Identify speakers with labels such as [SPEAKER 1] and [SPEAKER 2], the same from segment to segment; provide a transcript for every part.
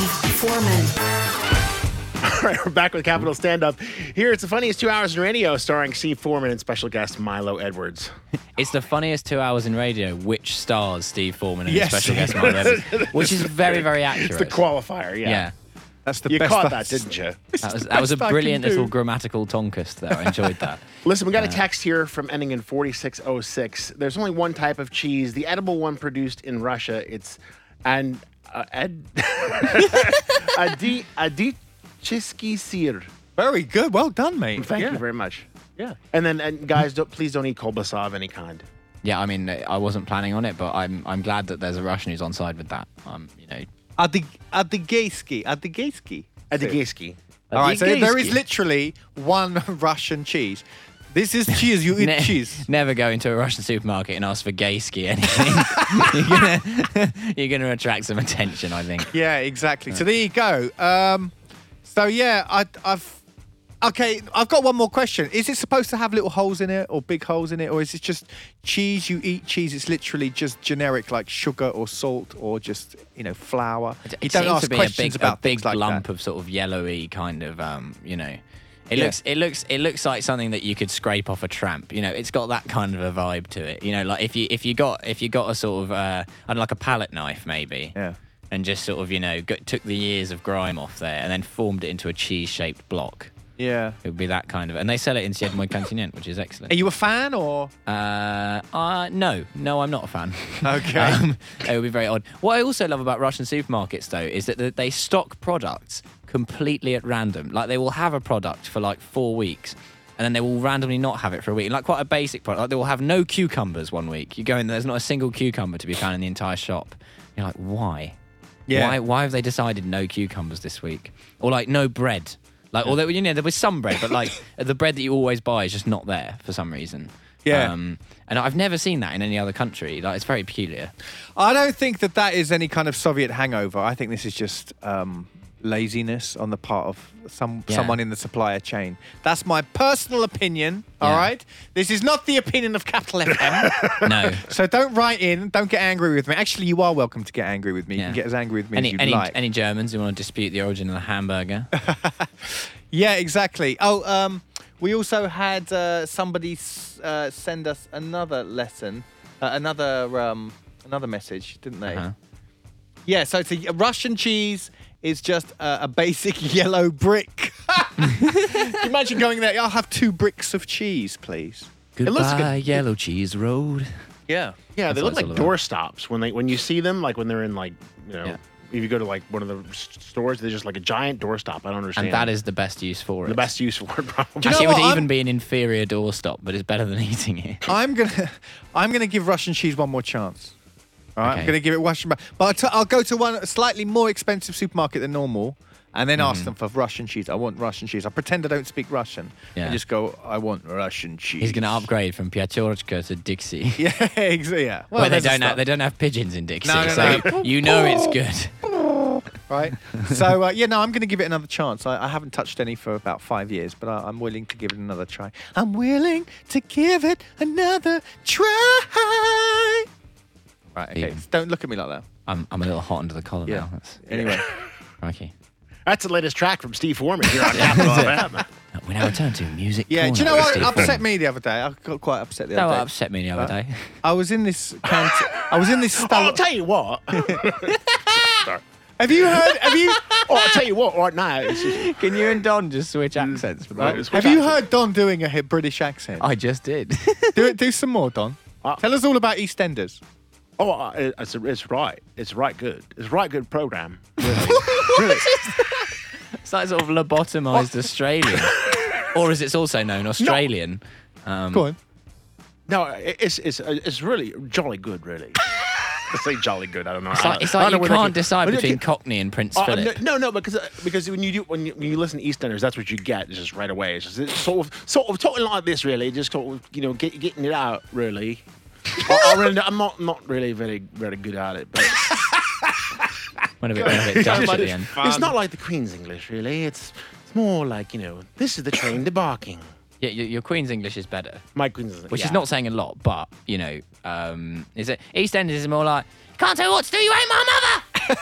[SPEAKER 1] Norman.
[SPEAKER 2] All right, we're back with Capital Stand Up. Here, it's the funniest two hours in radio, starring Steve Foreman and special guest Milo Edwards.
[SPEAKER 3] It's the funniest two hours in radio, which stars Steve Foreman and his
[SPEAKER 2] Yes.
[SPEAKER 3] special guest Mark Evans, which is very, very accurate.
[SPEAKER 2] It's the qualifier, yeah.
[SPEAKER 3] yeah,
[SPEAKER 4] That's the
[SPEAKER 2] You
[SPEAKER 4] best.
[SPEAKER 2] caught
[SPEAKER 4] I-
[SPEAKER 2] that, didn't you?
[SPEAKER 3] that was, that was a
[SPEAKER 4] best I can
[SPEAKER 3] brilliant
[SPEAKER 4] do.
[SPEAKER 3] little grammatical tonkist there. I enjoyed that.
[SPEAKER 2] Listen, we got a text here from ending in 4606. There's only one type of cheese, the edible one produced in Russia. It's an uh, ad, adi, adichisky sir.
[SPEAKER 4] Very good. Well done, mate.
[SPEAKER 2] Thank
[SPEAKER 4] Yeah.
[SPEAKER 2] you very much.
[SPEAKER 4] Yeah.
[SPEAKER 2] And then, and guys, don't, please don't eat kolbasa of any kind.
[SPEAKER 3] Yeah, I mean, I wasn't planning on it, but I'm I'm glad that there's a Russian who's on side with that. Um, you know,
[SPEAKER 4] Adig- Adigayski. Adigayski.
[SPEAKER 2] Adigiski.
[SPEAKER 4] All right, so there is
[SPEAKER 3] Adigayski.
[SPEAKER 4] literally one Russian cheese. This is cheese. You eat
[SPEAKER 3] Ne-
[SPEAKER 4] cheese.
[SPEAKER 3] Never go into a Russian supermarket and ask for gayski anything. you're, gonna, you're gonna attract some attention, I think.
[SPEAKER 4] Yeah, exactly. So there you go. Um, so yeah, I, I've okay. I've got one more question. Is it supposed to have little holes in it or big holes in it, or is it just cheese? You eat cheese. It's literally just generic, like sugar or salt or just you know flour. you
[SPEAKER 3] It
[SPEAKER 4] don't
[SPEAKER 3] seems
[SPEAKER 4] ask
[SPEAKER 3] to be a
[SPEAKER 4] questions
[SPEAKER 3] big,
[SPEAKER 4] about
[SPEAKER 3] a big
[SPEAKER 4] things like
[SPEAKER 3] lump
[SPEAKER 4] that.
[SPEAKER 3] of sort of yellowy kind of, um, you know. It
[SPEAKER 4] Yeah.
[SPEAKER 3] looks, it looks, it looks like something that you could scrape off a tramp. You know, it's got that kind of a vibe to it. You know, like if you if you got if you got a sort of, uh, I'd like a palette knife maybe.
[SPEAKER 4] Yeah.
[SPEAKER 3] And just sort of, you know, got, took the years of grime off there and then formed it into a cheese-shaped block.
[SPEAKER 4] Yeah.
[SPEAKER 3] It would be that kind of, and they sell it in Siedmoy Continent, which is excellent.
[SPEAKER 4] Are you a fan or?
[SPEAKER 3] Uh, uh, no, no, I'm not a fan.
[SPEAKER 4] Okay.
[SPEAKER 3] um, it would be very odd. What I also love about Russian supermarkets, though, is that th- they stock products completely at random. Like they will have a product for like four weeks, and then they will randomly not have it for a week. Like quite a basic product. Like they will have no cucumbers one week. You go in, there's not a single cucumber to be found in the entire shop. You're like, why?
[SPEAKER 4] Yeah.
[SPEAKER 3] Why, why have they decided no cucumbers this week? Or like no bread? Like, although, you know, there was some bread, but like the bread that you always buy is just not there for some reason.
[SPEAKER 4] Yeah.
[SPEAKER 3] Um, and I've never seen that in any other country. Like, it's very peculiar.
[SPEAKER 4] I don't think that that is any kind of Soviet hangover. I think this is just um, laziness on the part of some
[SPEAKER 3] Yeah.
[SPEAKER 4] someone in the supplier chain. That's my personal opinion. All
[SPEAKER 3] Yeah.
[SPEAKER 4] right, this is not the opinion of Capital FM.
[SPEAKER 3] No.
[SPEAKER 4] So don't write in. Don't get angry with me. Actually, you are welcome to get angry with me. You
[SPEAKER 3] Yeah.
[SPEAKER 4] can get as angry with me
[SPEAKER 3] any,
[SPEAKER 4] as you
[SPEAKER 3] any,
[SPEAKER 4] like.
[SPEAKER 3] any Germans who want to dispute the origin of the hamburger?
[SPEAKER 4] Yeah, exactly. Oh, um, we also had uh, somebody s- uh, send us another lesson, uh, another um, another message, didn't they?
[SPEAKER 3] Uh-huh.
[SPEAKER 4] Yeah. So it's a, Russian cheese is just a, a basic yellow brick. Imagine going there. I'll have two bricks of cheese, please.
[SPEAKER 3] Goodbye,
[SPEAKER 2] looks
[SPEAKER 3] Yellow Cheese Road.
[SPEAKER 4] Yeah.
[SPEAKER 2] Yeah,
[SPEAKER 3] That's
[SPEAKER 2] they look
[SPEAKER 3] what it's
[SPEAKER 2] like
[SPEAKER 3] all about.
[SPEAKER 2] doorstops when they when you see them, like when they're in like you know,
[SPEAKER 3] Yeah.
[SPEAKER 2] if you go to like one of the s- stores, they're just like a giant doorstop. I don't understand.
[SPEAKER 3] And that is the best use for it.
[SPEAKER 2] the best use for it, probably.
[SPEAKER 4] you know
[SPEAKER 3] Actually, it would
[SPEAKER 4] what? I'm-
[SPEAKER 3] even be an inferior doorstop, but it's better than eating it.
[SPEAKER 4] I'm gonna, I'm gonna give Russian cheese one more chance. All right, I'm
[SPEAKER 3] Okay.
[SPEAKER 4] gonna give it Russian, but I'll, t- I'll go to one slightly more expensive supermarket than normal, and then
[SPEAKER 3] Mm-hmm.
[SPEAKER 4] ask them for Russian cheese. I want Russian cheese. I pretend I don't speak Russian.
[SPEAKER 3] Yeah.
[SPEAKER 4] I just go, I want Russian cheese.
[SPEAKER 3] He's going to upgrade from Piatorchka to Dixie.
[SPEAKER 4] Yeah, ex- yeah.
[SPEAKER 3] Well,
[SPEAKER 4] Well,
[SPEAKER 3] they
[SPEAKER 4] there's a
[SPEAKER 3] don't have,
[SPEAKER 4] start,
[SPEAKER 3] they don't have pigeons in Dixie,
[SPEAKER 4] No, no,
[SPEAKER 3] so
[SPEAKER 4] no.
[SPEAKER 3] you know it's good.
[SPEAKER 4] right? so uh, yeah, no, I'm gonna give it another chance. I, I haven't touched any for about five years, but I, I'm willing to give it another try. I'm willing to give it another try. Right. Okay.
[SPEAKER 3] Stephen.
[SPEAKER 4] Don't look at me like that.
[SPEAKER 3] I'm, I'm a little hot under the collar
[SPEAKER 4] Yeah.
[SPEAKER 3] now. That's
[SPEAKER 4] Anyway.
[SPEAKER 3] crikey.
[SPEAKER 2] That's the latest track from Steve Foreman here on Capital FM.
[SPEAKER 3] We now return to music.
[SPEAKER 4] Yeah,
[SPEAKER 3] Corner
[SPEAKER 4] do you know
[SPEAKER 3] with
[SPEAKER 4] what
[SPEAKER 3] Steve
[SPEAKER 4] upset
[SPEAKER 3] Foreman.
[SPEAKER 4] me the other day? I got quite upset the
[SPEAKER 3] That
[SPEAKER 4] other day.
[SPEAKER 3] upset me the other day.
[SPEAKER 4] I was in this canteen. I was in this
[SPEAKER 2] Oh, I'll
[SPEAKER 4] stall.
[SPEAKER 2] tell you what.
[SPEAKER 4] have you heard? Have you?
[SPEAKER 2] Oh, I'll tell you what. Right now, it's just,
[SPEAKER 3] Can you and Don just switch accents? For
[SPEAKER 2] right, it's-
[SPEAKER 4] Have you heard Don doing a hi- British accent?
[SPEAKER 3] I just did.
[SPEAKER 4] do it. Do some more, Don.
[SPEAKER 2] Uh,
[SPEAKER 4] Tell us all about EastEnders.
[SPEAKER 2] oh, uh, it's, it's right. It's right good. It's right good program. Really.
[SPEAKER 3] it's like sort of lobotomized Australian, or as it's also known, Australian. um,
[SPEAKER 4] Go on.
[SPEAKER 2] No, it- it's it's uh, it's really jolly good, really. I say jolly good. I don't know.
[SPEAKER 3] It's
[SPEAKER 2] I
[SPEAKER 3] like,
[SPEAKER 2] don't-
[SPEAKER 3] it's
[SPEAKER 2] I don't
[SPEAKER 3] like
[SPEAKER 2] know
[SPEAKER 3] you
[SPEAKER 2] where they
[SPEAKER 3] can't
[SPEAKER 2] came-
[SPEAKER 3] decide
[SPEAKER 2] Well,
[SPEAKER 3] between
[SPEAKER 2] okay.
[SPEAKER 3] Cockney and Prince
[SPEAKER 2] Oh,
[SPEAKER 3] Philip.
[SPEAKER 2] no, no, because because when you do when you, when you listen to EastEnders, that's what you get. It's just right away. It's just it's sort of sort of talking like this, really. Just sort of you know get, getting it out, really. I, I really I'm not not really very very good at it, but
[SPEAKER 3] Went a bit, went a bit Dutch at the end.
[SPEAKER 2] it's not like the Queen's English, really. It's it's more like you know this is the train debarking.
[SPEAKER 3] Yeah, your, your Queen's English is better.
[SPEAKER 2] My Queen's English,
[SPEAKER 3] which
[SPEAKER 2] yeah.
[SPEAKER 3] is not saying a lot, but you know, um, is it EastEnders is more like can't tell you what to do, you ain't my mother.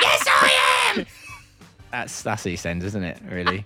[SPEAKER 3] yes, I am. That's that's EastEnders, isn't it? Really.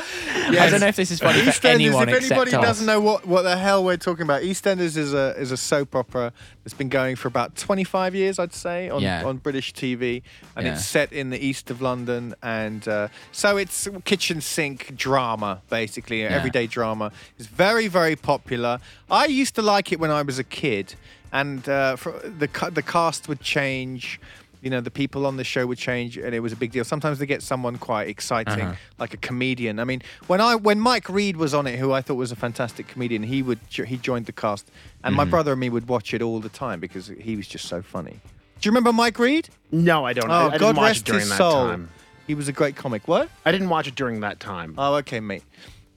[SPEAKER 3] I
[SPEAKER 4] Yes.
[SPEAKER 3] don't know if this is funny for anyone
[SPEAKER 4] if
[SPEAKER 3] except
[SPEAKER 4] anybody
[SPEAKER 3] us.
[SPEAKER 4] doesn't know what, what the hell we're talking about, EastEnders is a is a soap opera that's been going for about 25 years, I'd say, on,
[SPEAKER 3] Yeah.
[SPEAKER 4] on British TV, and
[SPEAKER 3] Yeah.
[SPEAKER 4] it's set in the east of London, and uh, so it's kitchen sink drama, basically, an
[SPEAKER 3] Yeah.
[SPEAKER 4] everyday drama. It's very very popular. I used to like it when I was a kid, and uh, fr- the ca- the cast would change. You know, the people on the show would change, and it was a big deal. Sometimes they get someone quite exciting, like a comedian. I mean, when I when Mike Reed was on it, who I thought was a fantastic comedian, he would jo- he joined the cast, and my brother and me would watch it all the time because he was just so funny. Do you remember Mike Reed?
[SPEAKER 2] No, I don't. I, I
[SPEAKER 4] Oh,
[SPEAKER 2] didn't
[SPEAKER 4] God
[SPEAKER 2] watch
[SPEAKER 4] rest
[SPEAKER 2] it during
[SPEAKER 4] his
[SPEAKER 2] that
[SPEAKER 4] soul.
[SPEAKER 2] time.
[SPEAKER 4] He was a great comic. What?
[SPEAKER 2] I didn't watch it during that time.
[SPEAKER 4] Oh, okay, mate.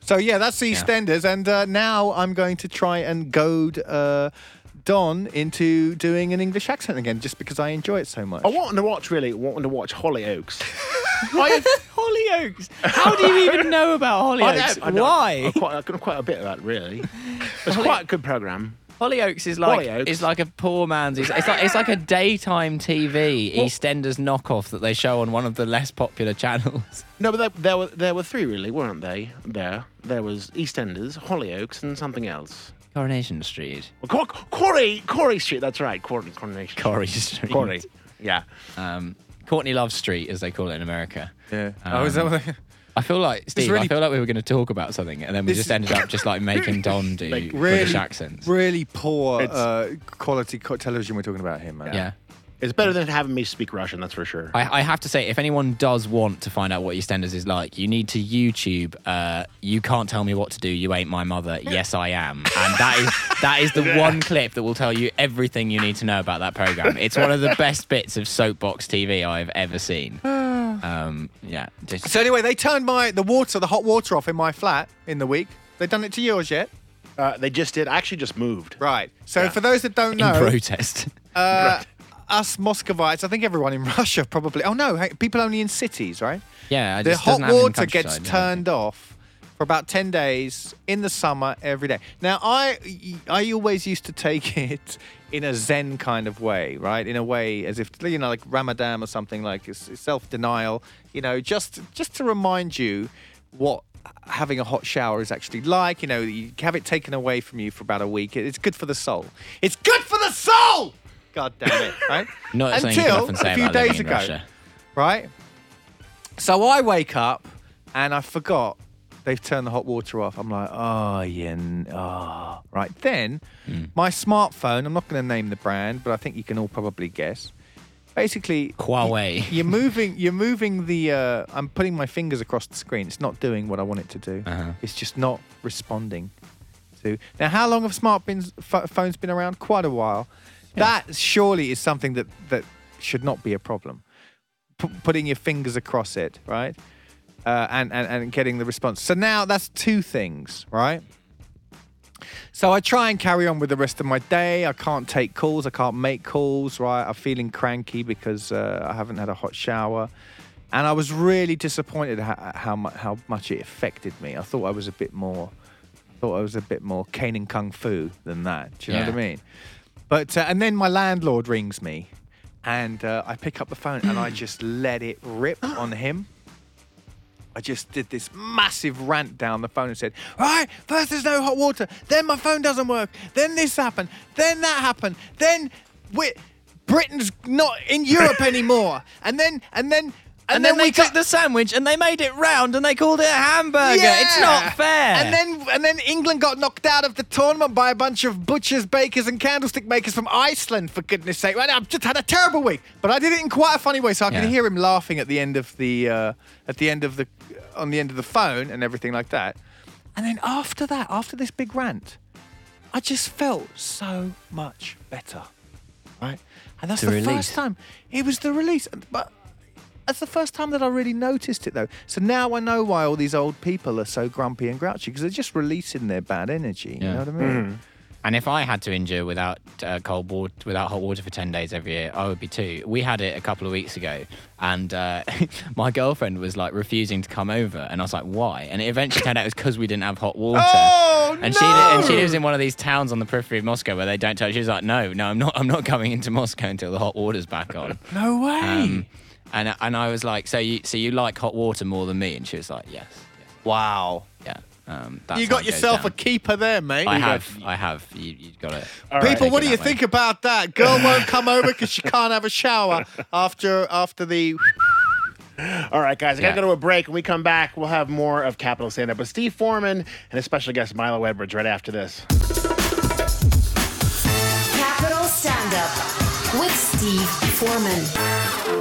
[SPEAKER 4] So yeah, that's the EastEnders, and uh, now I'm going to try and goad uh, Don into doing an English accent again, just because I enjoy it so much.
[SPEAKER 2] I wanted to watch really wanted to watch Hollyoaks.
[SPEAKER 3] Hollyoaks. How do you even know about Hollyoaks?
[SPEAKER 2] I know- I
[SPEAKER 3] Why?
[SPEAKER 2] quite, I know quite a bit about it, really. It's quite a good program.
[SPEAKER 3] Hollyoaks is like
[SPEAKER 2] Hollyoaks.
[SPEAKER 3] is like a poor man's. It's, it's like it's like a daytime TV EastEnders knockoff that they show on one of the less popular channels.
[SPEAKER 2] No, but there, there were there were three really, weren't they? There, there was EastEnders, Hollyoaks, and something else.
[SPEAKER 3] Coronation Street.
[SPEAKER 2] Well, Cor- Corey, Corey Street. That's right, Cor- Coronation. Street.
[SPEAKER 3] Corey Street.
[SPEAKER 2] Corey. Yeah.
[SPEAKER 3] Um, Courtney Love Street, as they call it in America.
[SPEAKER 4] Yeah. oh, is that
[SPEAKER 3] Um,
[SPEAKER 4] what I-
[SPEAKER 3] I feel like Steve. I
[SPEAKER 4] really-
[SPEAKER 3] feel like we were going to talk about something, and then we
[SPEAKER 4] This
[SPEAKER 3] just
[SPEAKER 4] is-
[SPEAKER 3] ended up just like making Don do
[SPEAKER 2] Like,
[SPEAKER 3] British accents.
[SPEAKER 4] really poor
[SPEAKER 2] It's-
[SPEAKER 4] uh, quality co- television we're talking about here, man.
[SPEAKER 3] yeah.
[SPEAKER 2] It's better than having me speak Russian, that's for sure.
[SPEAKER 3] I, I have to say, if anyone does want to find out what EastEnders is like, you need to YouTube. Uh, you can't tell me what to do. You ain't my mother. Yes, I am. And that is that is the one clip that will tell you everything you need to know about that program. It's one of the best bits of soapbox TV I've ever seen. Um, yeah. Just,
[SPEAKER 4] So anyway, they turned my the water, the hot water off in my flat in the week. They've done it to yours yet?
[SPEAKER 2] Uh, they just did. I actually just moved.
[SPEAKER 4] Right. So
[SPEAKER 2] Yeah.
[SPEAKER 4] for those that don't
[SPEAKER 3] in
[SPEAKER 4] know,
[SPEAKER 3] protest.
[SPEAKER 4] uh, us Moscovites, I think everyone in Russia probably. Oh no, hey, people only in cities, right?
[SPEAKER 3] Yeah, it
[SPEAKER 4] the
[SPEAKER 3] just
[SPEAKER 4] hot
[SPEAKER 3] doesn't happen in
[SPEAKER 4] water gets
[SPEAKER 3] countryside, yeah.
[SPEAKER 4] turned off for about ten days in the summer every day. Now I I always used to take it in a Zen kind of way, right? In a way as if you know, like Ramadan or something like self denial. You know, just just to remind you what having a hot shower is actually like. You know, you have it taken away from you for about a week. It's good for the soul. It's good for the soul. God damn it, right?
[SPEAKER 3] Not something you can often say
[SPEAKER 4] a few
[SPEAKER 3] about living
[SPEAKER 4] days
[SPEAKER 3] in
[SPEAKER 4] ago,
[SPEAKER 3] Russia.
[SPEAKER 4] right? So I wake up and I forgot they've turned the hot water off. I'm like, oh, yeah. n- Oh. Right. Then my smartphone, I'm not going to name the brand, but I think you can all probably guess. Basically,
[SPEAKER 3] Huawei.
[SPEAKER 4] you're moving. You're moving the. Uh, I'm putting my fingers across the screen. It's not doing what I want it to do.
[SPEAKER 3] Uh-huh.
[SPEAKER 4] It's just not responding. To now, how long have smart bins, ph- phones been around? Quite a while. That surely is something that that should not be a problem. P- putting your fingers across it, right? Uh, and, and and getting the response. So now that's two things, right? So I try and carry on with the rest of my day. I can't take calls. I can't make calls. Right? I'm feeling cranky because uh, I haven't had a hot shower, and I was really disappointed how how, mu- how much it affected me. I thought I was a bit more, I thought I was a bit more Kane and Kung Fu than that. Do you know
[SPEAKER 3] Yeah.
[SPEAKER 4] what I mean? But uh, and then my landlord rings me, and uh, I pick up the phone and I just let it rip on him. I just did this massive rant down the phone and said, Right, first there's no hot water, then my phone doesn't work, then this happened, then that happened, then we Britain's not in Europe anymore, and then and then
[SPEAKER 3] And
[SPEAKER 4] and,
[SPEAKER 3] then,
[SPEAKER 4] we
[SPEAKER 3] they took
[SPEAKER 4] got-
[SPEAKER 3] the sandwich and they made it round and they called it a hamburger. It's
[SPEAKER 4] Yeah.
[SPEAKER 3] not fair.
[SPEAKER 4] And then and then England got knocked out of the tournament by a bunch of butchers, bakers, and candlestick makers from Iceland. For goodness' sake, right? I've just had a terrible week, but I did it in quite a funny way, so I
[SPEAKER 3] Yeah.
[SPEAKER 4] could hear him laughing at the end of the uh, at the end of the on the end of the phone and everything like that. And then after that, after this big rant, I just felt so much better, right? And that's
[SPEAKER 3] The
[SPEAKER 4] the
[SPEAKER 3] release.
[SPEAKER 4] first time. It was the release, but that's the first time that I really noticed it, though. So now I know why all these old people are so grumpy and grouchy because they're just releasing their bad energy.
[SPEAKER 3] Yeah.
[SPEAKER 4] You know what I mean?
[SPEAKER 3] And if I had to endure without uh, cold water, without hot water for ten days every year, I would be too. We had it a couple of weeks ago, and uh, my girlfriend was like refusing to come over, and I was like, "Why?" And it eventually turned out it was because we didn't have hot water.
[SPEAKER 4] Oh,
[SPEAKER 3] and she li- and she
[SPEAKER 4] no!
[SPEAKER 3] lives in one of these towns on the periphery of Moscow where they don't
[SPEAKER 4] Mm-hmm.
[SPEAKER 3] touch. She was like, "No, no, I'm not. I'm not coming into Moscow until the hot water's back on."
[SPEAKER 4] No way.
[SPEAKER 3] Um, And and I was like, so you so you like hot water more than me? And she was like, yes,
[SPEAKER 4] Wow.
[SPEAKER 3] yeah. yeah. Um, that's
[SPEAKER 4] You
[SPEAKER 3] how
[SPEAKER 4] got
[SPEAKER 3] it goes
[SPEAKER 4] yourself a
[SPEAKER 3] down.
[SPEAKER 4] keeper there, mate.
[SPEAKER 3] I
[SPEAKER 4] You got-
[SPEAKER 3] have, I have. You, you got it.
[SPEAKER 2] All right.
[SPEAKER 4] People, what
[SPEAKER 3] Take
[SPEAKER 4] do
[SPEAKER 3] it
[SPEAKER 4] you
[SPEAKER 3] that
[SPEAKER 4] think
[SPEAKER 3] way.
[SPEAKER 4] about that? Girl won't come over because she can't have a shower after after the.
[SPEAKER 2] All right, guys, I gotta
[SPEAKER 3] Yeah.
[SPEAKER 2] go to a break. When we come back, we'll have more of Capital Stand Up with Steve Foreman and a special guest, Milo Edwards, right after this.
[SPEAKER 1] Capital Stand Up with Steve Foreman.